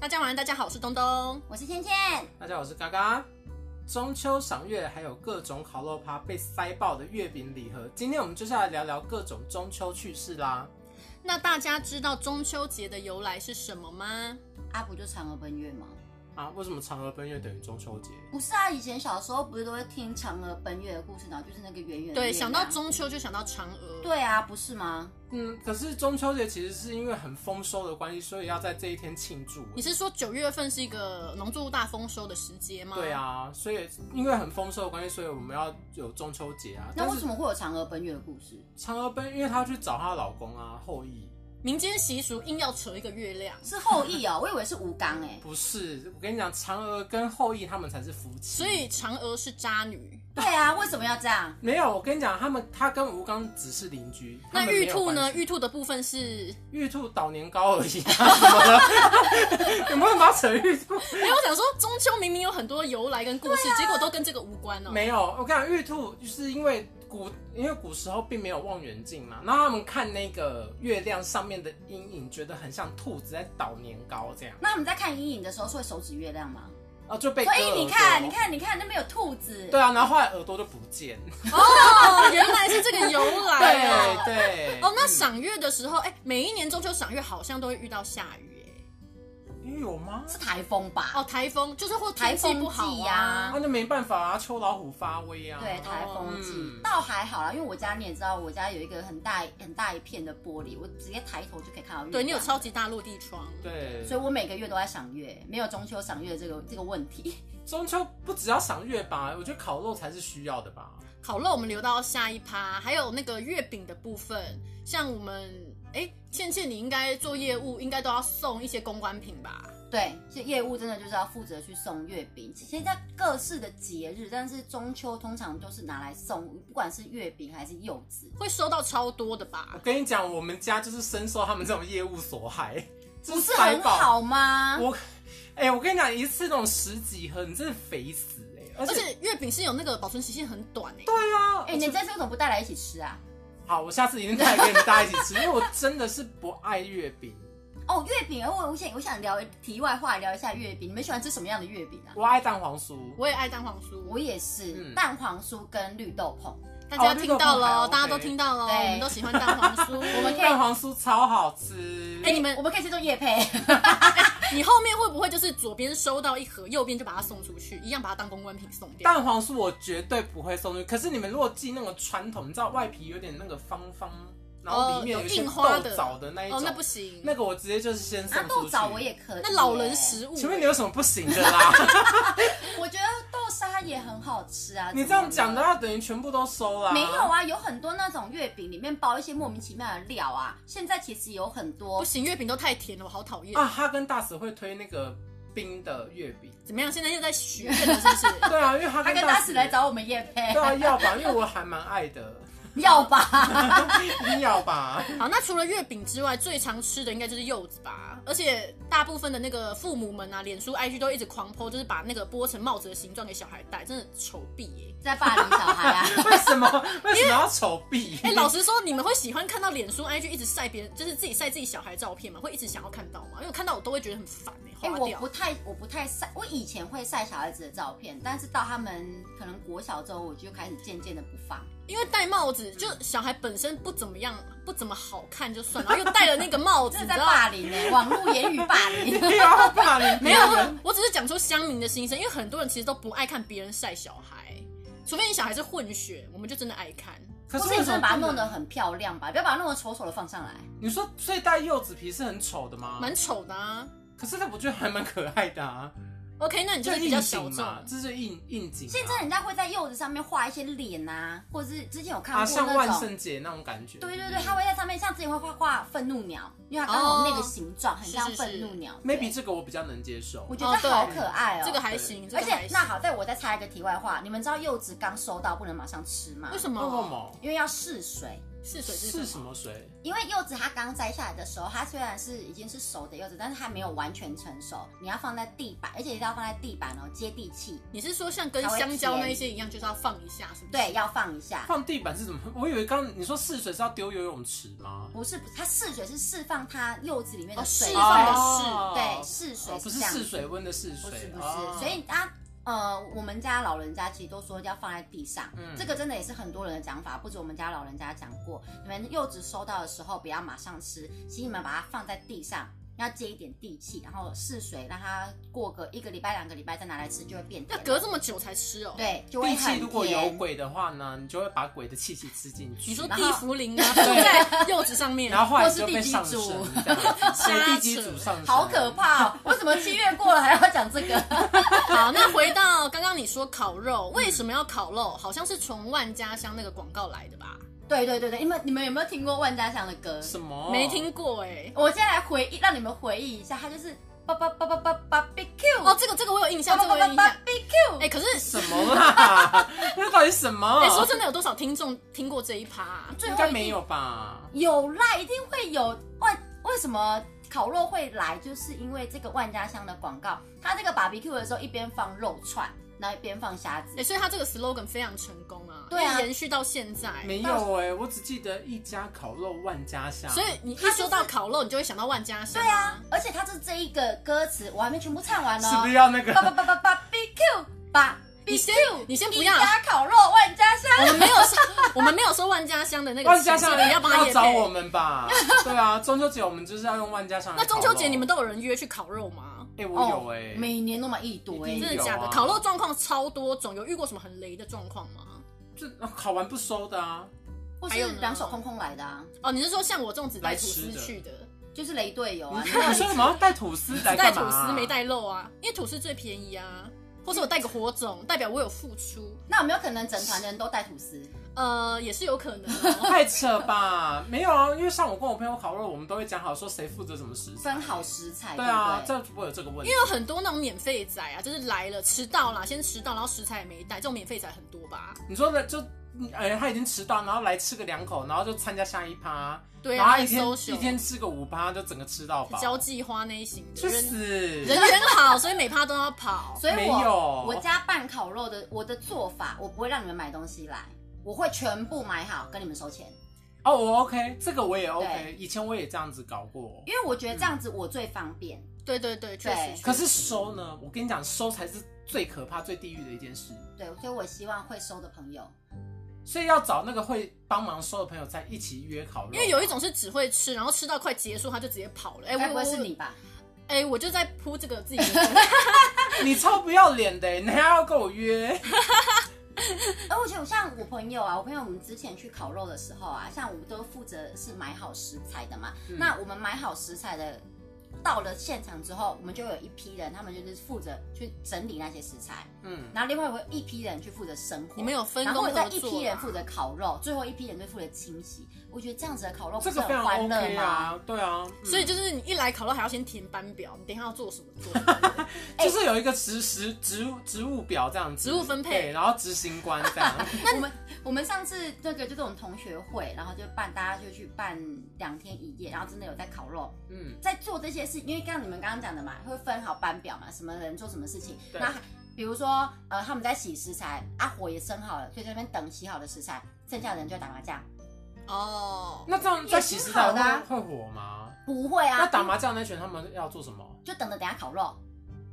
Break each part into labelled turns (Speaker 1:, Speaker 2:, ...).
Speaker 1: 大家晚安，大家好，我是东东。
Speaker 2: 我是芊芊，
Speaker 3: 大家好，我是嘎嘎。中秋赏月还有各种烤肉趴被塞爆的月饼礼盒，今天我们就是来聊聊各种中秋趣事啦。
Speaker 1: 那大家知道中秋节的由来是什么吗？
Speaker 2: 啊，不就嫦娥奔月吗？
Speaker 3: 啊，为什么嫦娥奔月等于中秋节？
Speaker 2: 不是啊，以前小时候不是都会听嫦娥奔月的故事，然后就是那个圆圆的
Speaker 1: 对，
Speaker 3: 啊
Speaker 2: 月亮
Speaker 1: 想到中秋就想到嫦娥。，
Speaker 2: 对啊，不是吗？
Speaker 3: 嗯，可是中秋节其实是因为很丰收的关系，所以要在这一天庆祝。
Speaker 1: 你是说九月份是一个农作物大丰收的时节吗？
Speaker 3: 对，啊，所以因为很丰收的关系，所以我们要有中秋节啊。
Speaker 2: 那
Speaker 3: 但
Speaker 2: 为
Speaker 3: 是
Speaker 2: 什么会有嫦娥奔月的故事？
Speaker 3: 嫦娥奔，因为她要去找她老公啊，后羿。
Speaker 1: 民间习俗硬要扯一个月亮，
Speaker 2: 是后羿哦，我以为是吴刚哎，
Speaker 3: 不是，我跟你讲，嫦娥跟后羿他们才是夫妻。
Speaker 1: 所以嫦娥是渣女。
Speaker 2: 对啊，为什么要这样？
Speaker 3: 没有，我跟你讲，他们他跟吴刚只是邻居。他
Speaker 1: 那
Speaker 3: 们没
Speaker 1: 玉
Speaker 3: 有
Speaker 1: 兔呢？
Speaker 3: 关系
Speaker 1: 玉兔的部分是，
Speaker 3: 玉兔捣年糕而已、 啊，怎么了？有没有把它扯玉兔？
Speaker 1: 因哎为我想说中秋明明有很多由来跟故事，结果都跟这个无关哦。
Speaker 3: 啊没有，我跟你讲，玉兔就是因为古，因为古时候并没有望远镜嘛，然后他们看那个月亮上面的阴影，觉得很像兔子在捣年糕这样，
Speaker 2: 那我们在看阴影的时候是会手指月亮吗？
Speaker 3: 然后就被割
Speaker 2: 所
Speaker 3: 耳朵
Speaker 2: 以你看，你，看，你看那边有兔子，
Speaker 3: 哦对啊，然后后来耳朵就不见，
Speaker 1: 哦，原来是这个由来哦。
Speaker 3: 哎对对。
Speaker 1: 哦，那赏月的时候，哎、每一年中秋赏月好像都会遇到下雨、
Speaker 3: 嗯有吗？
Speaker 2: 是台风吧？
Speaker 1: 哎，哦，台风就是或
Speaker 2: 台
Speaker 1: 天气
Speaker 2: 风
Speaker 1: 不好
Speaker 2: 季
Speaker 1: 啊
Speaker 2: 呀
Speaker 3: 那就没办法啊，秋老虎发威啊。
Speaker 2: 对，台风季、
Speaker 3: 嗯
Speaker 2: 倒还好啦，因为我家你也知道，我家有一个很大很大一片的玻璃，我直接抬头就可以看到月亮。
Speaker 1: 对你有超级大落地窗，
Speaker 3: 对，
Speaker 2: 所以我每个月都在赏月，没有中秋赏月这个这个问题。
Speaker 3: 中秋不只要赏月啊吧，我觉得烤肉才是需要的吧。
Speaker 1: 烤肉我们留到下一趴，还有那个月饼的部分，像我们哎、倩倩你应该做业务，应该都要送一些公关品吧？
Speaker 2: 对，所以业务真的就是要负责去送月饼。现在各式的节日，但是中秋通常都是拿来送，不管是月饼还是柚子。
Speaker 1: 会收到超多的吧
Speaker 3: 我？跟你讲，我们家就是深受他们这种业务所害，
Speaker 2: 不
Speaker 3: 不
Speaker 2: 是很。好
Speaker 1: 啊
Speaker 2: 吗？
Speaker 3: 我，哎、我跟你讲，一次那种十几盒，你真的肥死哎、而
Speaker 1: 而
Speaker 3: 且，
Speaker 1: 且月饼是有那个保存期限很短哎、
Speaker 3: 对啊，
Speaker 2: 哎、你这次为什么不带来一起吃啊？
Speaker 3: 好，我下次一定带给你们大家一起吃，因为我真的是不爱月饼，
Speaker 2: 哦，月饼，我我想我想聊题外话，聊一下月饼。你们喜欢吃什么样的月饼啊？
Speaker 3: 我爱蛋黄酥。
Speaker 1: 我也爱蛋黄
Speaker 2: 我
Speaker 1: 酥，
Speaker 2: 也是、
Speaker 3: 嗯
Speaker 2: 蛋黄酥跟绿豆椪，
Speaker 1: 大家
Speaker 3: 哦
Speaker 1: 听到
Speaker 3: 那个
Speaker 1: 喽，
Speaker 3: 我还
Speaker 1: 大家都
Speaker 3: OK
Speaker 1: 听到喽，
Speaker 2: 对
Speaker 1: 我们都喜欢蛋黄 酥。我们
Speaker 3: 蛋黄酥超好吃，
Speaker 1: 哎、你们
Speaker 2: 我们可以先做夜配。
Speaker 1: 你后面会不会就是左边收到一盒，右边就把它送出去，一样把它当公关品送掉？
Speaker 3: 蛋黄酥我绝对不会送出去。可是你们如果寄那种传统，你知道外皮有点那个方方，然后里面
Speaker 1: 哦有
Speaker 3: 一些
Speaker 1: 印
Speaker 3: 豆
Speaker 1: 花的
Speaker 3: 枣的那一种，
Speaker 1: 哦，那不行。
Speaker 3: 那个我直接就是先送
Speaker 2: 啊，
Speaker 3: 出去。
Speaker 2: 豆枣我也可以。
Speaker 1: 那老人，食物，
Speaker 3: 请问你有什么不行 的啦？
Speaker 2: 我觉得豆沙也很好吃啊。
Speaker 3: 你这
Speaker 2: 怎么
Speaker 3: 样讲的
Speaker 2: 了
Speaker 3: 话，等于全部都收啦。
Speaker 2: 没有啊，有很多那种月饼里面包一些莫名其妙的料啊。现在其实有很
Speaker 1: 不
Speaker 2: 多，
Speaker 1: 行，月饼都太甜了，我好讨厌。
Speaker 3: 啊，哈根达斯会推那个冰的月 饼。
Speaker 1: 怎么样？现在又在许愿了，是 不是？
Speaker 3: 对啊，因为哈
Speaker 2: 他
Speaker 3: 根
Speaker 2: 跟
Speaker 3: 达
Speaker 2: 大
Speaker 3: 斯
Speaker 2: 使来。找我们夜配
Speaker 3: 对，啊，要吧，因为我还蛮 爱的，
Speaker 2: 要吧？
Speaker 3: 一定要吧。
Speaker 1: 好，那除了月饼之外，最常吃的应该就是柚子吧。而且大部分的那个父母们啊，脸书、IG 都一直狂剖，就是把那个剥成帽子的形状给小孩戴，真的丑毙耶、
Speaker 2: 在霸凌小孩 啊？
Speaker 3: 为什么？为什么要丑币？
Speaker 1: 哎、 老实说，你们会喜欢看到脸书、IG 一直晒别人，就是自己晒自己小孩照片吗？会一直想要看到吗？因为我看到我都会觉得很烦哎、
Speaker 2: 哎、
Speaker 1: 划
Speaker 2: 我
Speaker 1: 掉。
Speaker 2: 不太，我不太晒，我以前会晒小孩子的照片，但是到他们可能国小之后，我就开始渐渐的不放。
Speaker 1: 因为戴帽子，就小孩本身不怎么样，不怎么好看就算了，然后又戴了那个帽 子，
Speaker 2: 这
Speaker 1: 你
Speaker 2: 是
Speaker 1: 知
Speaker 2: 在
Speaker 1: 道
Speaker 2: 霸凌
Speaker 3: 欸
Speaker 2: 哎、网络言语霸凌。
Speaker 3: 不要霸凌
Speaker 1: 没
Speaker 3: 别
Speaker 1: 有
Speaker 3: 人。，
Speaker 1: 我只是讲出乡民的心声，因为很多人其实都不爱看别人晒小孩，除非你小孩是混血，我们就真的爱看。
Speaker 3: 可
Speaker 2: 或
Speaker 3: 是
Speaker 2: 是
Speaker 3: 为
Speaker 2: 你
Speaker 3: 什
Speaker 2: 真的
Speaker 3: 么
Speaker 2: 把它
Speaker 3: 不
Speaker 2: 弄得
Speaker 3: 能？
Speaker 2: 很漂亮吧，不要把它弄得丑丑的放上来。
Speaker 3: 你说所以戴柚子皮是很丑的吗？
Speaker 1: 蛮丑的啊。
Speaker 3: 可是他我觉得还蛮可爱的啊，
Speaker 1: OK，那你就是比较
Speaker 3: 应
Speaker 1: 小
Speaker 3: 景
Speaker 1: 众。
Speaker 3: 嘛，这是应应景啊。
Speaker 2: 现在人家会在柚子上面画一些脸啊，或者是之前有看
Speaker 3: 啊，
Speaker 2: 过
Speaker 3: 像
Speaker 2: 那
Speaker 3: 万
Speaker 2: 种，
Speaker 3: 圣节那种感觉。
Speaker 2: 对对对，他会在上面，像之前会画画愤怒鸟，因为它刚好那个形状很像
Speaker 1: 是是是
Speaker 2: 愤怒鸟。对
Speaker 3: maybe 这个我比较能接受
Speaker 2: 我。觉得
Speaker 1: 哦对
Speaker 2: 好可爱哦。
Speaker 1: 这个还行，这
Speaker 2: 而
Speaker 1: 个还行。
Speaker 2: 且那好，在我再插一个题外话，你们知道柚子刚收到不能马上吃吗
Speaker 1: 为？什么？
Speaker 3: 为什么？
Speaker 2: 因为要试水，
Speaker 1: 是水
Speaker 3: 是什
Speaker 1: 什么？
Speaker 3: 么水？
Speaker 2: 因为柚子它刚摘下来的时候，它虽然是已经是熟的柚子，但是它没有完全成熟，你要放在地板，而且一定要放在地板哦，接地气。
Speaker 1: 你是说像跟
Speaker 2: 它会
Speaker 1: 香蕉那
Speaker 2: 甜
Speaker 1: 一些一样，就是要放一下，是不是？
Speaker 2: 对，要放一下。
Speaker 3: 放地板是怎么？我以为刚你说试水是要丢游泳池吗？
Speaker 2: 不是，它试水是释放它柚子里面的
Speaker 1: 哦
Speaker 2: 水
Speaker 1: 释
Speaker 2: 分，
Speaker 1: 放的
Speaker 3: 哦
Speaker 2: 对试水
Speaker 3: 哦不
Speaker 2: 是
Speaker 3: 是
Speaker 2: 这样
Speaker 3: 试水温的试
Speaker 2: 不
Speaker 3: 水，
Speaker 2: 是不是，
Speaker 3: 哦
Speaker 2: 所以它呃，我们家老人家其实都说要放在地上，
Speaker 3: 嗯
Speaker 2: 这个真的也是很多人的讲法，不止我们家老人家讲过。你们柚子收到的时候不要马上吃，请你们把它放在地上，要接一点地气，然后试水，让它过个一个礼拜、两个礼拜再拿来吃，就会变
Speaker 1: 要
Speaker 2: 甜。
Speaker 1: 隔这么久才吃哦。，
Speaker 2: 对，就会
Speaker 3: 地气
Speaker 2: 很
Speaker 3: 如果有
Speaker 2: 甜。
Speaker 3: 鬼的话呢，你就会把鬼的气息吃进去。
Speaker 1: 你说
Speaker 2: 然
Speaker 1: 地
Speaker 2: 后
Speaker 1: 茯苓啊，放在柚子上面，
Speaker 3: 然后后来就
Speaker 2: 或是地
Speaker 3: 被
Speaker 2: 基
Speaker 3: 上身
Speaker 2: 组
Speaker 3: 这 样，对地基组上身，
Speaker 2: 好可怕哦！为什么七月过了还要讲这个？
Speaker 1: 好，那回到刚刚你说烤肉，为什么要烤肉？好像是从万家香那个广告来的吧？
Speaker 2: 对对对对，你们你们有没有听过万家香的歌？
Speaker 3: 什么？
Speaker 1: 没听过哎、
Speaker 2: 我现在来回忆，让你们回忆一下，它就是叭叭叭叭叭叭 B Q
Speaker 1: 哦，这个这个我有印象，这个我有印象。哎、
Speaker 2: B Q，
Speaker 1: 可是
Speaker 3: 什么啦？ 那到底什么？
Speaker 1: 哎、说真的，有多少听众听过这一趴、啊？
Speaker 2: 最
Speaker 3: 应
Speaker 2: 后
Speaker 3: 该
Speaker 2: 一
Speaker 3: 没
Speaker 2: 定
Speaker 3: 有吧？
Speaker 2: 有啦，一定会有。万为什么烤肉会来，就是因为这个万家香的广告，它这个 barbecue 的时候一边放肉串，然后一边放虾
Speaker 1: 哎、
Speaker 2: 子。
Speaker 1: 所以他这个 slogan 非常成功啊，
Speaker 2: 对啊
Speaker 1: 因为延续到现在。
Speaker 3: 没啊有哎，我只记得一家烤肉万家香，
Speaker 1: 所以你一
Speaker 2: 它就是
Speaker 1: 说到烤肉，你就会想到万家香。对啊，
Speaker 2: 而且它是这一个歌词，我还没全部唱 完呢、哦
Speaker 3: 是不是要那
Speaker 2: 叭叭
Speaker 3: 个？
Speaker 2: 叭叭 barbecue 吧。
Speaker 1: 你先你先不
Speaker 2: 一
Speaker 1: 要，
Speaker 2: 家烤肉万家香，
Speaker 1: 我们没有说我们没有说万家香的那个
Speaker 3: 万家香
Speaker 1: 形式你要帮他
Speaker 3: 要
Speaker 1: 也
Speaker 3: 找我们 吧？对啊，中秋节我们就是要用万家香来
Speaker 1: 那
Speaker 3: 烤肉。
Speaker 1: 中秋节你们都哦有人约去烤肉吗？
Speaker 3: 哎，我有哎，
Speaker 2: 每年那么一堆，
Speaker 3: 一定
Speaker 1: 真的假的？
Speaker 3: 有啊
Speaker 1: 烤肉状况超多种，有遇过什么很雷的状况吗？
Speaker 3: 就烤完哦不收的啊。
Speaker 2: 或
Speaker 1: 还有
Speaker 2: 是
Speaker 1: 呢
Speaker 2: 两手空空来的啊，
Speaker 1: 哦，你是说像我这种只带
Speaker 3: 来
Speaker 1: 吐司
Speaker 3: 吃的
Speaker 1: 去的，
Speaker 2: 就是雷队友啊。
Speaker 3: 你
Speaker 2: 没有
Speaker 3: 说你说什么要带吐司来
Speaker 1: 只带
Speaker 3: 干
Speaker 1: 吐
Speaker 3: 嘛啊？
Speaker 1: 司没带肉啊？因为吐司最便宜啊，或是我带个火种，代表我有付出，
Speaker 2: 那有没有可能整团的人都带吐司？
Speaker 1: 呃，也是有可能、哦。
Speaker 3: 太扯吧？没有啊，因为像我跟我朋友烤肉，我们都会讲好说谁负责什么食材。
Speaker 2: 分好食材，
Speaker 3: 对啊，
Speaker 2: 对
Speaker 3: 这不会有这个问题
Speaker 1: 因为。有很多那种免费仔啊，就是来了迟到啦，先迟到，然后食材也没带，这种免费仔很多吧？
Speaker 3: 你说的就，哎，他已经迟到，然后来吃个两口，然后就参加下一趴，
Speaker 1: 对
Speaker 3: 然后
Speaker 1: 啊，
Speaker 3: 他一天
Speaker 1: social
Speaker 3: 一天吃个五趴，就整个吃到饱。
Speaker 1: 交际花那一型的
Speaker 3: 去
Speaker 1: 人，
Speaker 3: 死！
Speaker 1: 人缘好，所以每趴都要跑
Speaker 2: 不对，。所以
Speaker 3: 没有
Speaker 2: 我我家办烤肉的我的做法，我不会让你们买东西来，我会全部买好跟你们收钱，
Speaker 3: 哦，我 OK，这个我也 OK，
Speaker 2: 对
Speaker 3: 以前我也这样子搞过。
Speaker 2: 因为我觉得这样子我最方便。
Speaker 1: 对对对，确
Speaker 2: 对
Speaker 1: 实。
Speaker 3: 可是收呢？我跟你讲，收才是最可怕、最地狱的一件事。
Speaker 2: 对，所以我希望会收的朋友，
Speaker 3: 所以要找那个会帮忙收的朋友在一起约烤肉，
Speaker 1: 因为有一种是只会吃，然后吃到快结束他就直接跑了。哎、
Speaker 2: 该
Speaker 1: 我
Speaker 2: 不
Speaker 1: 我
Speaker 2: 会是你吧？
Speaker 1: 哎、我就在铺这个自己的
Speaker 3: 你超不要脸的，你还要跟我约？
Speaker 2: 而我觉得像我朋友啊，我朋友我们之前去烤肉的时候啊，像我们都负责是买好食材的嘛。那我们买好食材的，到了现场之后，我们就有一批人，他们就是负责去整理那些食材，
Speaker 3: 嗯，
Speaker 2: 然后另外会有一批人去负责生活。
Speaker 1: 你们有分
Speaker 2: 然后
Speaker 1: 工
Speaker 2: 会
Speaker 1: 合
Speaker 2: 在
Speaker 1: 作
Speaker 2: 一批人负责烤肉，最后一批人就负责清洗。我觉得这样子的烤肉不
Speaker 3: 这
Speaker 2: 是
Speaker 3: 个非
Speaker 2: 很
Speaker 3: 常
Speaker 2: 欢乐
Speaker 3: OK
Speaker 2: 吗？
Speaker 3: 啊，对啊，嗯
Speaker 1: 所以就是你一来烤肉还要先填班表，你等一下要做什么做 什么。
Speaker 2: 哎
Speaker 3: 就是有一个职职职务职务表这样子，
Speaker 1: 职务分配
Speaker 3: 对，然后执行官这样，
Speaker 2: 那我们我们上次那个就这种同学会，然后就办大家就去办两天一夜，然后真的有在烤肉，
Speaker 3: 嗯，
Speaker 2: 在做这些事，因为刚刚你们刚刚讲的嘛，会分好班表嘛，什么人做什么事情。
Speaker 3: 对
Speaker 2: 那比如说呃他们在洗食材，啊火也生好了，所以在那边等洗好的食材，剩下的人就打麻将。
Speaker 1: 哦，
Speaker 3: 那这样
Speaker 2: 也
Speaker 3: 在喜
Speaker 2: 挺
Speaker 3: 事
Speaker 2: 好
Speaker 3: 台
Speaker 2: 的啊
Speaker 3: 会会火吗？
Speaker 2: 不会啊，
Speaker 3: 那打麻将那群他们要做什么？
Speaker 2: 就等着等下烤肉。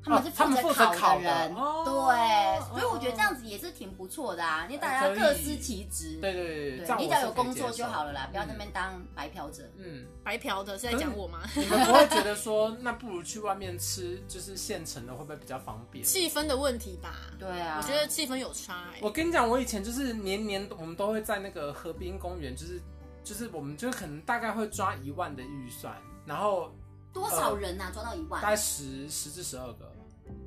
Speaker 2: 他
Speaker 3: 哦
Speaker 2: 们是
Speaker 3: 他们
Speaker 2: 负
Speaker 3: 负责
Speaker 2: 责
Speaker 3: 烤
Speaker 2: 烤
Speaker 3: 的
Speaker 2: 的人，
Speaker 3: 哦
Speaker 2: 对，所以我觉得
Speaker 3: 哦
Speaker 2: 这样子也是挺不错的啊，因为大
Speaker 3: 可
Speaker 2: 家
Speaker 3: 以
Speaker 2: 各司其职，
Speaker 3: 对对对这
Speaker 2: 对，
Speaker 3: 样
Speaker 2: 你
Speaker 3: 我
Speaker 2: 只要
Speaker 3: 是
Speaker 2: 有
Speaker 3: 可以
Speaker 2: 工作
Speaker 3: 接
Speaker 2: 就
Speaker 3: 受
Speaker 2: 好了啦，不要在那边当白嫖者。
Speaker 3: 嗯，
Speaker 1: 白嫖的是在讲我吗？
Speaker 3: 你们不会觉得说，那不如去外面吃，就是现成的会不会比较方便？
Speaker 1: 气氛的问题吧。
Speaker 2: 对啊，
Speaker 1: 我觉
Speaker 3: 呃
Speaker 1: 得气氛有差、欸。
Speaker 3: 我跟你讲，我以前就是年年我们都会在那个河滨公园，就是就是我们就可能大概会抓一万的预算，然后
Speaker 2: 多少人呐、啊，抓到一
Speaker 3: 大
Speaker 2: 万，
Speaker 3: 概十十至十二个。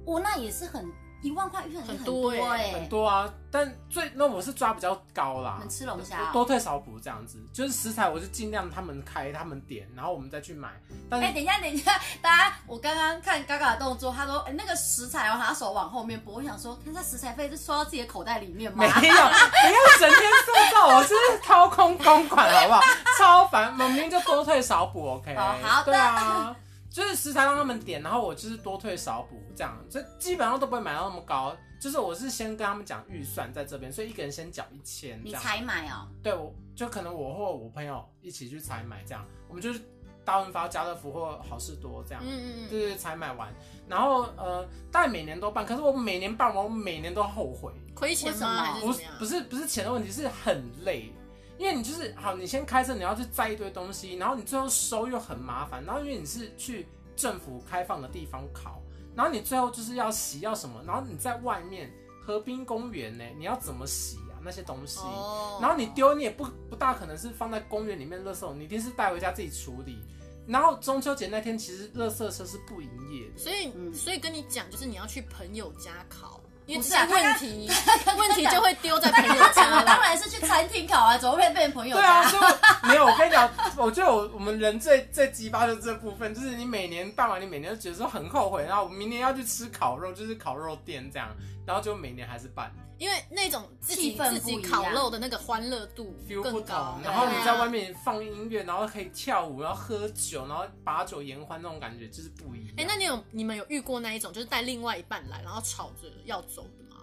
Speaker 2: 哦，那也是很一万块鱼很
Speaker 1: 很
Speaker 2: 多
Speaker 1: 多欸
Speaker 2: 哎、
Speaker 3: 很多啊，但最那我是抓比较高
Speaker 2: 我
Speaker 3: 啦
Speaker 2: 们，吃龙虾
Speaker 3: 多
Speaker 2: 哦、
Speaker 3: 退少补这样子，就是食材我就尽量他们开他们点，然后我们再去买。但
Speaker 2: 哎、
Speaker 3: 是
Speaker 2: 等一下，等一下，大家，我刚刚看嘎嘎的动作，他说、哎那个食材哦，他手往后面拨，我想说，他食材费是收到自己的口袋里面吗
Speaker 3: 没？有，不要整天塑造我是掏空公款好 不好？超烦，我明明就多退少补，OK？
Speaker 2: 哦好的
Speaker 3: 对啊，就是食材让他们点，然后我就是多退少补这样，这基本上都不会买到那么高。就是我是先跟他们讲预算在这边，所以一个人先缴一千这
Speaker 2: 你
Speaker 3: 样。
Speaker 2: 才买哦、
Speaker 3: 对，我就可能我或我朋友一起去采买这样，我们就是大润发、家乐福或好事多这样。
Speaker 1: 嗯嗯嗯，
Speaker 3: 对对，采买完，然后呃，但每年都办，可是我每年办完，我每年都后悔，
Speaker 1: 亏钱
Speaker 2: 为什么
Speaker 1: 吗？还是怎
Speaker 3: 不
Speaker 1: 么
Speaker 3: 是
Speaker 1: 样？
Speaker 3: 不是不是钱的问题，是很累，因为你就是好，你先开车，你要去载一堆东西，然后你最后收又很麻烦，然后因为你是去政府开放的地方烤，然后你最后就是要洗要什么，然后你在外面河滨公园呢，你要怎么洗啊那些东西？
Speaker 1: 哦
Speaker 3: 然后你丢，你也不不大可能是放在公园里面垃圾桶，你一定是带回家自己处理。然后中秋节那天，其实垃圾车是不营业的。
Speaker 1: 所以，
Speaker 2: 嗯
Speaker 1: 所以跟你讲，就是你要去朋友家烤，因为
Speaker 2: 不
Speaker 1: 这
Speaker 2: 是啊
Speaker 1: 些问题 问题就会丢在朋友
Speaker 2: 他讲
Speaker 1: 家
Speaker 2: 的当
Speaker 1: 了。
Speaker 2: 然是去餐厅烤啊，怎么会变朋友
Speaker 3: 对
Speaker 2: 家？
Speaker 3: 啊，所以我没有，我跟你讲，我觉得我我们人最最鸡巴就是这部分，就是你每年办完，你每年都觉得说很后悔，然后我明年要去吃烤肉，就是烤肉店这样，然后就每年还是办
Speaker 1: 因为那种自己
Speaker 2: 气氛不
Speaker 1: 自己
Speaker 2: 一样
Speaker 1: 烤肉的那个欢乐度
Speaker 3: feel 不
Speaker 1: 更
Speaker 3: 同
Speaker 1: 高，，
Speaker 3: 然后
Speaker 2: 对啊
Speaker 3: 你在外面放音乐，然后可以跳舞，然后喝酒，然后把酒言欢那种感觉就是不一样。
Speaker 1: 哎、那你有你们有遇过那一种，就是带另外一半来，然后吵着要走的吗？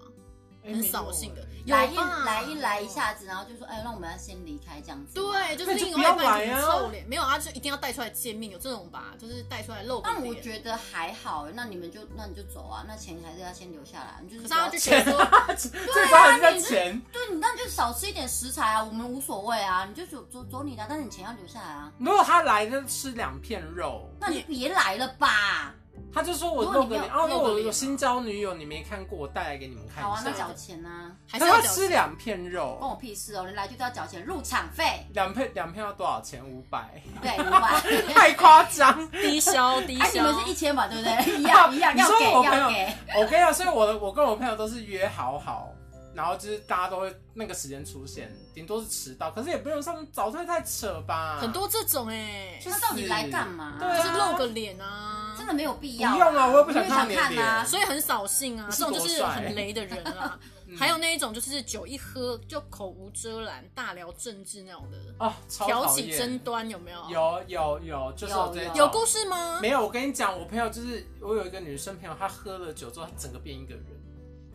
Speaker 3: 哎
Speaker 1: 很扫兴的。有
Speaker 2: 来一
Speaker 1: 吧
Speaker 2: 来一来一。下子，然后就说，哎、那我们要先离开这样子。
Speaker 1: 对，就是
Speaker 3: 那就
Speaker 1: 另
Speaker 3: 不
Speaker 1: 外
Speaker 3: 要
Speaker 1: 一半
Speaker 3: 来
Speaker 1: 就
Speaker 3: 啊
Speaker 1: 是臭脸，没有啊，就一定要带出来见面，有这种吧？就是带出来露个
Speaker 2: 那我
Speaker 1: 脸。
Speaker 2: 觉得还好，欸那你们就那你就走啊，那钱还是要先留下来，你就是
Speaker 1: 可是
Speaker 2: 不要
Speaker 1: 他就觉得说，
Speaker 3: 最烦还是在钱。
Speaker 2: 啊对你那就少吃一点食材啊，我们无所谓啊，你就走走走你的啊，但是你钱要留下来啊，
Speaker 3: 如果他来就吃两片肉，
Speaker 2: 那你就别来了吧。
Speaker 3: 他就说我
Speaker 2: 如果
Speaker 3: 露
Speaker 2: 你
Speaker 3: 个
Speaker 2: 没有
Speaker 3: 脸，哦，那
Speaker 1: 露个
Speaker 3: 我
Speaker 1: 脸
Speaker 3: 有
Speaker 1: 啊
Speaker 3: 新交女友，你没看过，我带来给你们看
Speaker 2: 好啊
Speaker 3: 一，
Speaker 2: 那
Speaker 3: 下。
Speaker 2: 缴钱啊，
Speaker 1: 还是
Speaker 3: 可
Speaker 1: 要
Speaker 3: 他
Speaker 1: 表
Speaker 3: 吃
Speaker 1: 示
Speaker 3: 两片
Speaker 2: 关
Speaker 3: 肉，
Speaker 2: 我屁事哦，你来就要缴钱，入场费，
Speaker 3: 两片两片要多少钱？五百，
Speaker 2: 对，五百。
Speaker 3: 太夸张。
Speaker 1: 低消低
Speaker 2: 哎，你
Speaker 1: 消
Speaker 2: 们。是一千吧，对不对？ 一样一样，
Speaker 3: 你
Speaker 2: 要
Speaker 3: 说
Speaker 2: 给
Speaker 3: 我朋友
Speaker 2: 要给。
Speaker 3: 我跟你讲，所以我的我跟我朋友都是约好好，然后就是大家都会那个时间出现，顶多是迟到，可是也不用上早退太扯吧。
Speaker 1: 很多这种哎、
Speaker 3: 就
Speaker 2: 那到底来干嘛？
Speaker 3: 对
Speaker 1: 就是
Speaker 3: 啊
Speaker 1: 露个脸啊，
Speaker 2: 真的没有必要。
Speaker 3: 不用啊我又不想
Speaker 2: 因为想
Speaker 3: 看你的
Speaker 2: 看啊
Speaker 3: 脸。
Speaker 1: 所以很扫兴啊，
Speaker 3: 你
Speaker 1: 这
Speaker 3: 是多
Speaker 1: 种
Speaker 3: 帅嗯
Speaker 1: 就是很雷的人 啊。还有那一种就是酒一喝就口无遮拦，大聊政治那种的，
Speaker 3: 哦，超
Speaker 1: 挑
Speaker 3: 讨
Speaker 1: 起争
Speaker 3: 厌。
Speaker 1: 端有没有？
Speaker 3: 有有有，就是我这
Speaker 2: 有
Speaker 3: 种
Speaker 1: 有故事吗？
Speaker 3: 没有，我跟你讲，我朋友就是我有一个女生朋友，她喝了酒之后，她整个变一个人。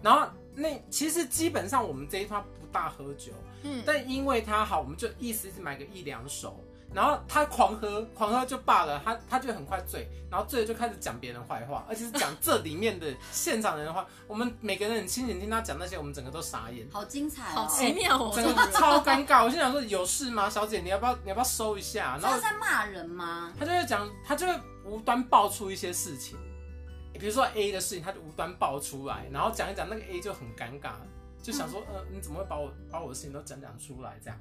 Speaker 3: 然后那其实基本上我们这一团不大喝酒，
Speaker 1: 嗯，
Speaker 3: 但因为她好，我们就意思是买个一两手。然后她狂喝，狂喝就罢了，她她就很快醉，然后醉了就开始讲别人坏话，而且是讲这里面的现场人的话。我们每个人很亲眼听她讲那些，我们整个都傻眼，
Speaker 2: 好精彩
Speaker 1: 好
Speaker 2: 哦！
Speaker 1: 奇妙哦，
Speaker 3: 整
Speaker 1: 这
Speaker 3: 个
Speaker 1: 种人
Speaker 3: 超尴尬。我心想说有事吗，小姐？你要不要你要不要收一下？然后
Speaker 2: 他在骂人吗？
Speaker 3: 他就会讲，他就会无端爆出一些事情，比如说 A 的事情，他就无端爆出来，然后讲一讲，那个 A 就很尴尬，就想说，呃，你怎么会把我把我的事情都讲讲出来这样？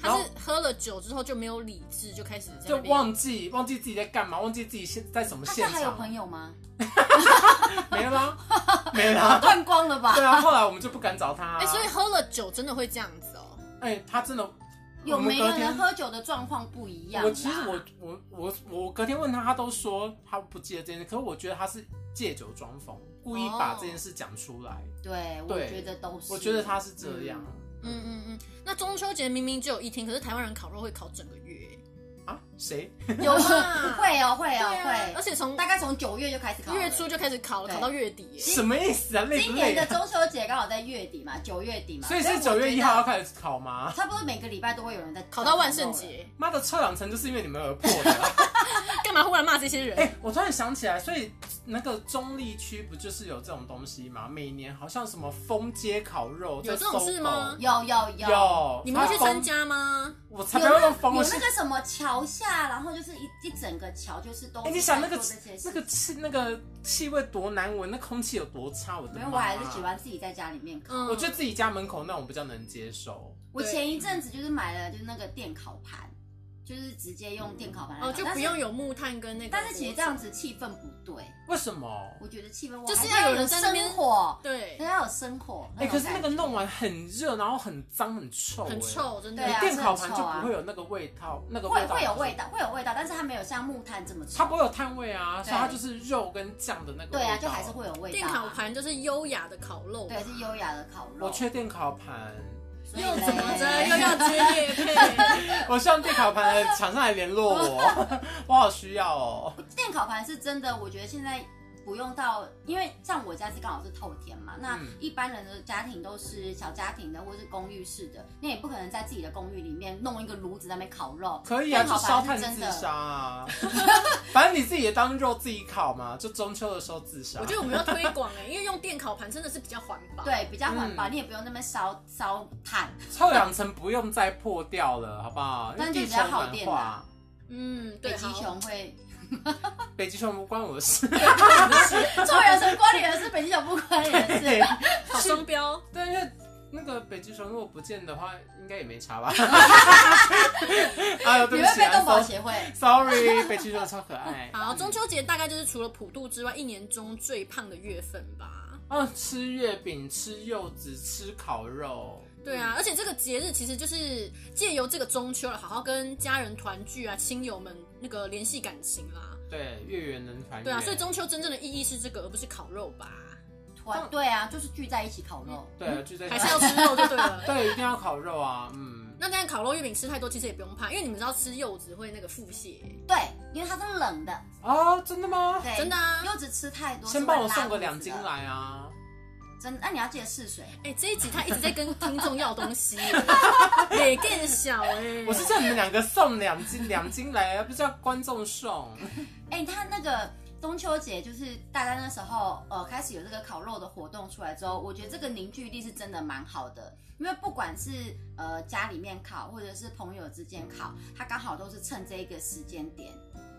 Speaker 3: 然
Speaker 1: 他
Speaker 3: 后
Speaker 1: 是喝了酒之后就没有理智，就开始在
Speaker 3: 就
Speaker 1: 那边
Speaker 3: 忘记忘记自己在干嘛，忘记自己现在什么
Speaker 2: 他
Speaker 3: 现
Speaker 2: 现在还有
Speaker 3: 场，啊
Speaker 2: 朋友吗？
Speaker 3: 没了吗？ 没了吗。
Speaker 2: 断光了吧？
Speaker 3: 对啊，后来我们就不敢找 他、啊。
Speaker 1: 哎、所以喝了酒真的会这样子哦。
Speaker 3: 哎、他真的，
Speaker 2: 有
Speaker 3: 我们
Speaker 2: 每个
Speaker 3: 隔天
Speaker 2: 人喝酒的状况不一样啦。啊
Speaker 3: 我其实我我我我隔天问他，他都说他不记得这件事，可是我觉得他是借酒装疯，故意把
Speaker 1: 哦
Speaker 3: 这件事讲出来。
Speaker 2: 对，我
Speaker 3: 对
Speaker 2: 觉得都是。
Speaker 3: 我觉得他是这样。
Speaker 1: 嗯嗯嗯，那中秋节明明只有一天，可是台湾人烤肉会烤整个月，
Speaker 3: 啊，谁？
Speaker 1: 有
Speaker 2: 嗯
Speaker 1: 吗？
Speaker 2: 会哦，会
Speaker 1: 对
Speaker 2: 哦，
Speaker 1: 啊，而
Speaker 2: 会。
Speaker 1: 且从
Speaker 2: 大概从九月就开始考了
Speaker 1: 月初。就开始烤，
Speaker 2: 对
Speaker 1: 烤到月底耶。
Speaker 3: 什么意思啊？累不
Speaker 2: 今
Speaker 3: 累
Speaker 2: 年
Speaker 3: 啊、
Speaker 2: 的中秋节刚好在月底嘛，九月底嘛，
Speaker 3: 所以是
Speaker 2: 我
Speaker 3: 九
Speaker 2: 觉
Speaker 3: 月
Speaker 2: 得
Speaker 3: 一号要开始烤吗？
Speaker 2: 差不多每个礼拜都会有人在
Speaker 1: 烤到万圣。节，
Speaker 3: 妈的，臭氧层就是因为你们而破的啊。
Speaker 1: 干嘛忽然骂这些人？
Speaker 3: 哎、我突然想起来，所以那个中立区不就是有这种东西吗？每年好像什么封街烤肉，
Speaker 1: 有
Speaker 3: 在
Speaker 1: 这种事吗
Speaker 3: 搜狗？
Speaker 2: 有有有
Speaker 3: 有，
Speaker 1: 你们会去
Speaker 3: 它封
Speaker 1: 参？加吗？
Speaker 3: 我才
Speaker 2: 有
Speaker 3: 不要
Speaker 2: 那
Speaker 3: 用
Speaker 2: 个
Speaker 3: 封
Speaker 2: 有
Speaker 3: 我
Speaker 2: 那
Speaker 3: 是
Speaker 2: 个什么桥下，然后就是一一整个桥，就是都
Speaker 3: 哎、你想那个
Speaker 2: 在做这些事
Speaker 3: 那个气那个气味多难闻，那空气有多差，我的
Speaker 2: 没
Speaker 3: 妈、
Speaker 2: 有，我还是喜。欢自己在家里面烤。
Speaker 1: 嗯，
Speaker 3: 我觉得自己家门口那种比较能接受。
Speaker 2: 我前一阵子就是买了就是那个电烤盘，就是直接用电烤盘来
Speaker 1: 哦，
Speaker 2: 烤
Speaker 1: 就
Speaker 2: 但
Speaker 1: 不
Speaker 2: 是
Speaker 1: 用有木炭跟那个。
Speaker 2: 但是其实这样，子气氛不对，
Speaker 3: 为什么？
Speaker 2: 我觉得气氛
Speaker 1: 就是
Speaker 2: 我还
Speaker 1: 要
Speaker 2: 要
Speaker 1: 有人在那边
Speaker 2: 生火，
Speaker 1: 对，
Speaker 2: 人要有生火。
Speaker 3: 哎、可是那
Speaker 2: 种
Speaker 3: 个
Speaker 2: 感觉
Speaker 3: 弄完很热，然后很脏很臭、
Speaker 1: 很
Speaker 3: 哎。
Speaker 1: 臭，真的。
Speaker 2: 对啊
Speaker 3: 电烤盘
Speaker 2: 是很
Speaker 3: 就
Speaker 2: 臭啊
Speaker 3: 不会有那个味道，那个
Speaker 2: 会
Speaker 3: 味道
Speaker 2: 会有
Speaker 3: 就是
Speaker 2: 味道，会有味道，但是它没有像木炭这么
Speaker 3: 它
Speaker 2: 臭。
Speaker 3: 不会有炭味啊，
Speaker 2: 对
Speaker 3: 所以它就是肉跟酱的那个味道。
Speaker 2: 对啊，就还是。会有味道。啊
Speaker 1: 电烤，盘就是优雅的烤肉，
Speaker 2: 对，是优雅的烤肉。啊
Speaker 3: 我缺电烤盘，
Speaker 2: 所以
Speaker 1: 又怎么着
Speaker 2: 嘞
Speaker 1: 又要接夜 配？
Speaker 3: 我希望电烤盘的厂商来联络我， 我好需要哦。
Speaker 2: 电烤盘是真的，我觉得现在不用到，因为像我家是刚好是透天嘛，那
Speaker 3: 嗯
Speaker 2: 一般人的家庭都是小家庭的或是公寓式的，那也不可能在自己的公寓里面弄一个炉子在那边烤肉。
Speaker 3: 可以啊，
Speaker 2: 电
Speaker 3: 就
Speaker 2: 烤
Speaker 3: 烧
Speaker 2: 盘
Speaker 3: 炭
Speaker 2: 是真
Speaker 3: 自
Speaker 2: 的
Speaker 3: 杀。 啊，反正你自己也当肉自己烤嘛，就中秋的时候自杀。
Speaker 1: 我觉得我们要推广哎，因为用电烤盘真的是比较环保。，
Speaker 2: 对，比较环保，
Speaker 3: 嗯
Speaker 2: 你也不用那么烧烧炭。
Speaker 3: 臭氧层不用再破掉了，好不好？
Speaker 2: 那
Speaker 3: 因为
Speaker 2: 你
Speaker 3: 地
Speaker 2: 比
Speaker 3: 球
Speaker 2: 较耗
Speaker 3: 暖
Speaker 2: 电
Speaker 3: 化
Speaker 2: 啊
Speaker 1: 嗯，对，
Speaker 2: 北极
Speaker 1: 好
Speaker 2: 熊会，
Speaker 3: 北极熊不关我的 事。
Speaker 2: 作为人生关你的事，北极熊不关你的 事。
Speaker 1: 好双标。
Speaker 3: 但是那个北极熊如果不见的话，应该也没差 吧？哎呦，对
Speaker 2: 你
Speaker 3: 不
Speaker 2: 会
Speaker 3: 起
Speaker 2: 被动保
Speaker 3: 啊
Speaker 2: 协会。
Speaker 3: ，sorry，北极熊超可爱。
Speaker 1: 好，中秋节大概就是除了普渡之外，一年中最胖的月份吧。
Speaker 3: 哦，吃月饼、吃柚子、吃烤肉，
Speaker 1: 对啊，而且这个节日其实就是借由这个中秋了，好好跟家人团聚啊，亲友们那个联系感情啦。
Speaker 3: 对，月圆人团圆。
Speaker 1: 对啊，所以中秋真正的意义是这个，而不是烤肉吧？
Speaker 3: 嗯
Speaker 2: 团对啊，就是聚在一起烤肉。
Speaker 3: 对啊就在
Speaker 1: 还是要吃肉就对了。
Speaker 3: 对，一定要烤肉啊，嗯，
Speaker 1: 那但烤肉月饼吃太多，其实也不用怕，因为你们知道吃柚子会那个腹泻，
Speaker 3: 嗯
Speaker 2: 对，因为它是冷的，
Speaker 3: 哦，真的吗？
Speaker 2: 对，
Speaker 1: 真的啊。
Speaker 2: 柚子吃太多，
Speaker 3: 先帮我送个两斤。来啊！
Speaker 2: 真的，那你要记得试水。
Speaker 1: 哎、这一集他一直在跟听众要东西，得更小哎、
Speaker 3: 我是叫你们两个送两斤，两斤来，而不是叫观众送。
Speaker 2: 哎、他那个中秋节就是大家那时候呃开始有这个烤肉的活动出来之后，我觉得这个凝聚力是真的蛮好的，因为不管是呃家里面烤或者是朋友之间烤，它刚好都是趁这一个时间点。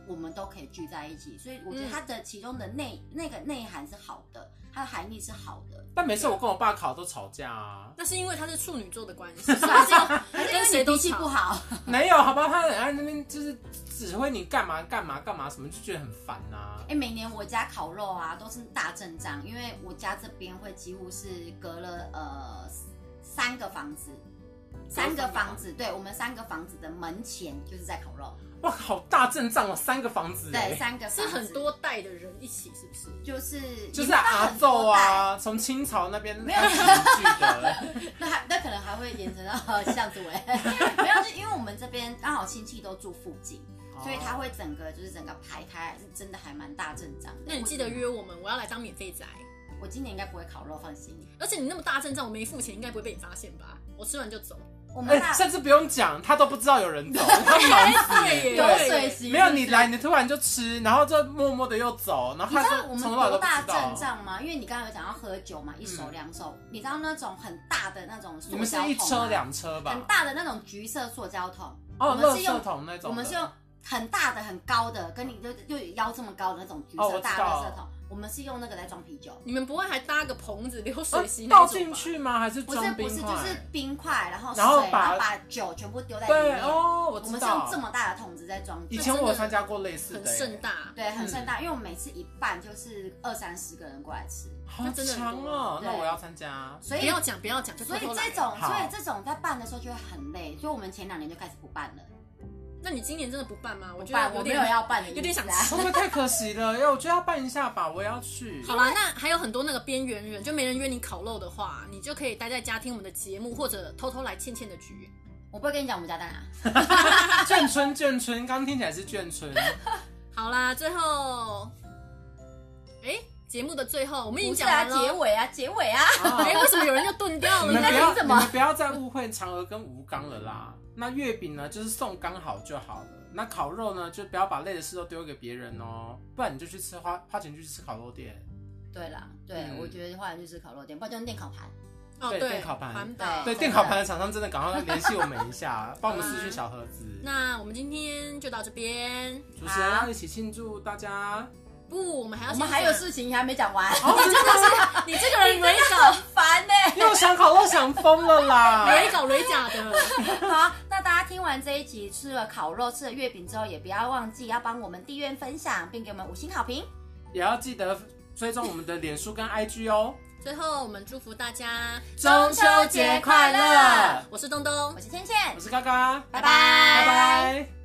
Speaker 2: 我们都可以聚在一起，所以我觉
Speaker 1: 嗯
Speaker 2: 得它的其中的内、那个内涵是好的，它的含义是好的。
Speaker 3: 但每次我跟我爸烤都吵架啊，
Speaker 1: 那是因为他是处女座的关系，
Speaker 2: 是还是还是因
Speaker 1: 跟
Speaker 2: 为
Speaker 1: 谁
Speaker 2: 你
Speaker 1: 都
Speaker 2: 脾气
Speaker 1: 吵
Speaker 2: 不好，
Speaker 3: 没有，好吧？他很爱那边就是指挥你干嘛干嘛干嘛什么，就觉得很烦啊
Speaker 2: 哎、。每年我家烤肉啊都是大阵仗，因为我家这边会几乎是隔了呃三个房子，三个房子，对我们三个房子的门前就是在烤肉，
Speaker 3: 哇，好大阵仗哦，三个房子
Speaker 2: 对，
Speaker 3: 哎，
Speaker 2: 三个
Speaker 1: 是
Speaker 2: 房子
Speaker 1: 很，多代的人一起，是不是？
Speaker 2: 就是
Speaker 3: 就是阿
Speaker 2: 奏
Speaker 3: 奏，啊，从清朝那边
Speaker 2: 没有
Speaker 3: 聚的。
Speaker 2: 那还那可能还会延伸到巷子尾， 没有，是因为我们这边刚好亲戚都住附近，
Speaker 3: 哦
Speaker 2: 所以他会整个就是整个排开，是真的还蛮大阵仗的。
Speaker 1: 那你记得约我们，我要来当免费仔。
Speaker 2: 我我今年应该不会烤肉，放心。
Speaker 3: 哎
Speaker 1: 而且你那么大阵仗，我没付钱，应该不会被你发现吧？我吃完就走。
Speaker 2: 我
Speaker 3: 哎、
Speaker 2: 们大
Speaker 3: 甚至不用讲，他都不知道 有人走，他忙死。
Speaker 1: 对
Speaker 2: 流
Speaker 1: 耶
Speaker 2: 水席
Speaker 3: 没有
Speaker 2: 是不是
Speaker 3: 你来，你突然就吃，然后就默默的又走，然后
Speaker 2: 你知
Speaker 3: 啊他
Speaker 2: 道
Speaker 3: 就
Speaker 2: 我们
Speaker 3: 从头到尾都
Speaker 2: 多
Speaker 3: 不
Speaker 2: 大
Speaker 3: 知
Speaker 2: 阵
Speaker 3: 道。
Speaker 2: 仗吗？因为你刚刚有讲到喝酒嘛，一手两手，你知道那种很大的那种
Speaker 3: 你
Speaker 2: 塑
Speaker 3: 们是
Speaker 2: 胶桶、啊，
Speaker 3: 一车两车吧
Speaker 2: 很？大的那种橘色塑胶桶，
Speaker 3: 哦
Speaker 2: 我，们
Speaker 3: 垃
Speaker 2: 是用
Speaker 3: 圾桶那种的。
Speaker 2: 我们是用很大的、很高的，跟你就就腰这么高的那种橘
Speaker 3: 哦我
Speaker 2: 色
Speaker 3: 知
Speaker 2: 大
Speaker 3: 道
Speaker 2: 垃圾桶，我们是用那个来装啤酒。
Speaker 1: 你们不会还搭个棚子流
Speaker 3: 呃
Speaker 2: 啊
Speaker 1: 水席、那
Speaker 3: 倒
Speaker 1: 种吧
Speaker 3: 进？去吗？还是
Speaker 2: 不是
Speaker 3: 装
Speaker 2: 不
Speaker 3: 冰
Speaker 2: 是，啊
Speaker 3: 块？
Speaker 2: 就是冰块，然后水，
Speaker 3: 然
Speaker 2: 然
Speaker 3: 后
Speaker 2: 后
Speaker 3: 把
Speaker 2: 把酒全部丢在里
Speaker 3: 对
Speaker 2: 面。
Speaker 3: 哦，我
Speaker 2: 我
Speaker 3: 知
Speaker 2: 们是用
Speaker 3: 道。
Speaker 2: 这么大的桶子在装
Speaker 3: 以
Speaker 2: 酒，
Speaker 3: 前我有参加过类似
Speaker 1: 很
Speaker 3: 的、
Speaker 1: 盛大。
Speaker 2: 对，很盛大，因为我们每次一半就是二三十个人过来吃，
Speaker 3: 好
Speaker 1: 那真的很
Speaker 3: 长哦
Speaker 1: 多。
Speaker 3: 那
Speaker 2: 对
Speaker 3: 我要参加。
Speaker 2: 所
Speaker 1: 不
Speaker 2: 以
Speaker 1: 要讲，不要讲，就
Speaker 2: 所
Speaker 1: 偷
Speaker 2: 以
Speaker 1: 偷
Speaker 2: 这
Speaker 1: 来。
Speaker 2: 种，
Speaker 3: 好
Speaker 2: 所以这种在办的时候就会很累，所以我们前两年就开始不办了。
Speaker 1: 那你今年真的不办吗？我
Speaker 2: 不
Speaker 1: 觉
Speaker 2: 办，
Speaker 1: 得
Speaker 2: 我
Speaker 1: 有
Speaker 2: 没
Speaker 1: 点
Speaker 2: 有要办的意思啊，
Speaker 1: 有点想
Speaker 3: 会不会太可惜了？哎要我觉得要办一下吧，我也要去。
Speaker 1: 好啦，那还有很多那个边缘人，就没人约你烤肉的话，你就可以待在家听我们的节目，或者偷偷来倩倩的局。
Speaker 2: 我不会跟你讲我们家在哪。
Speaker 3: 眷村，眷村，刚听起来是眷 村。
Speaker 1: 好啦，最后，哎、节目的最后，我们已经
Speaker 2: 不是
Speaker 1: 讲
Speaker 2: 啊，
Speaker 1: 完
Speaker 2: 结
Speaker 1: 了。
Speaker 2: 尾啊，结尾啊。
Speaker 3: 哦
Speaker 1: 哎、为什么有人就顿掉了？
Speaker 3: 你们不要，
Speaker 2: 你在听什
Speaker 3: 你
Speaker 2: 么
Speaker 3: 们不要再误会嫦娥跟吴刚了啦。那月饼呢，就是送刚好就好了。那烤肉呢，就不要把累的事都丢给别人哦，不然你就去吃花花钱就去吃烤肉店。
Speaker 2: 对啦，对，
Speaker 3: 嗯
Speaker 2: 我觉得后来就是烤肉店，不然就是电烤盘。
Speaker 1: 哦，
Speaker 3: 对
Speaker 1: 对，
Speaker 3: 电烤盘
Speaker 1: 环保。
Speaker 2: 真
Speaker 3: 对，
Speaker 2: 的
Speaker 3: 电烤盘的厂商真的赶快联系我们一 下，帮我们私讯小盒子。
Speaker 1: 那我们今天就到这边。
Speaker 3: 主持人要一起庆祝大家。
Speaker 1: 不，我们还要
Speaker 2: 我
Speaker 1: 先
Speaker 2: 们还有
Speaker 1: 讲，
Speaker 2: 事情还没讲完，
Speaker 3: 哦，真的
Speaker 1: 你这个人蕊
Speaker 2: 很烦呢。欸
Speaker 3: 又想烤肉想疯了啦！
Speaker 1: 搞蕊搞蕊假的。
Speaker 2: 欸好，那大家听完这一集吃了烤肉、吃了月饼之后，也不要忘记要帮我们订阅、分享，并给我们五星好评。
Speaker 3: 也要记得追踪我们的脸书跟 IG 哦。
Speaker 1: 最后，我们祝福大家
Speaker 3: 中秋节快乐！
Speaker 1: 我是东东
Speaker 2: 我，是倩倩
Speaker 3: 我，是嘎嘎，
Speaker 2: 拜拜
Speaker 1: 拜
Speaker 3: 拜拜